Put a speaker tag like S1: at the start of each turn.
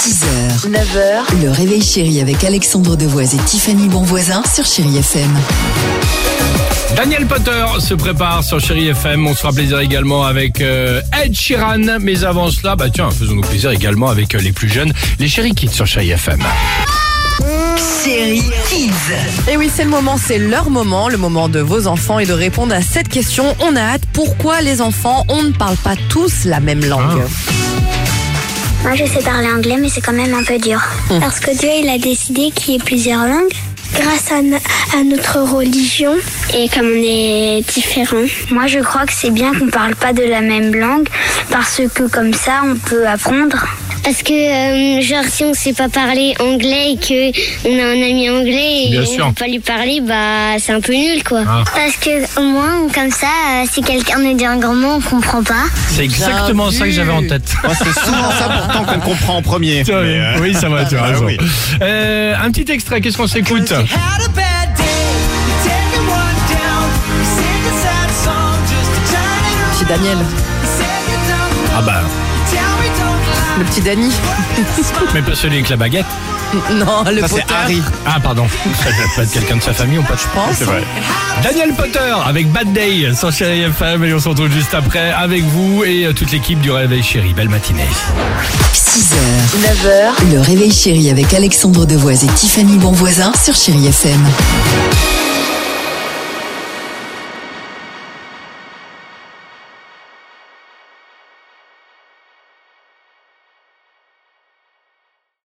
S1: 6h, 9h, le réveil chéri avec Alexandre Devoise et Tiffany Bonvoisin sur Chéri FM.
S2: Daniel Potter se prépare sur Chéri FM. On se fera plaisir également avec euh, Ed Sheeran. Mais avant cela, bah tiens, faisons-nous plaisir également avec euh, les plus jeunes, les Chéri Kids sur Chéri FM.
S1: Chéri Kids.
S3: Et oui, c'est le moment, c'est leur moment, le moment de vos enfants et de répondre à cette question. On a hâte. Pourquoi les enfants, on ne parle pas tous la même langue
S4: Moi, je sais parler anglais, mais c'est quand même un peu dur.
S2: Hum.
S4: Parce que Dieu, il a décidé qu'il y ait plusieurs langues grâce à, no- à notre religion. Et comme on est différents. Moi, je crois que c'est bien qu'on parle pas de la même langue parce que comme ça, on peut apprendre.
S5: Parce que, euh, genre, si on sait pas parler anglais et que on a un ami anglais et
S2: Bien
S5: on
S2: sûr.
S5: peut pas lui parler, bah, c'est un peu nul, quoi.
S2: Ah.
S4: Parce que au moins, comme ça,
S5: euh,
S4: si quelqu'un nous dit un grand mot, on comprend pas.
S2: C'est exactement ça que j'avais en tête.
S6: C'est souvent ça pourtant qu'on comprend en premier.
S2: Tiens,
S6: Mais, euh,
S2: Oui, ça va, tu as
S6: Ah,
S2: raison.
S6: oui.
S2: Euh, un petit extrait, qu'est-ce qu'on s'écoute
S7: Had a bad day, you're taking one down. You sing a sad song just to turn it around.
S3: Petit Daniel,
S7: You say you don't know,
S2: Ah bah,
S7: you tell me don't
S3: le
S7: lie.
S3: petit Dany.
S7: Working is fine.
S2: mais pas celui avec la baguette.
S3: Non, le
S6: Ça, c'est
S3: Potter.
S6: Harry.
S2: Ah, pardon. Ça doit pas être quelqu'un de sa famille ou pas, je
S3: pense. C'est
S2: vrai. Daniel Potter avec Bad Day sur Chéri FM et on se retrouve juste après avec vous et euh, toute l'équipe du Réveil Chéri. Belle matinée.
S1: 6h, 9h, le réveil chéri avec Alexandre Devoise et Tiffany Bonvoisin sur Chéri FM.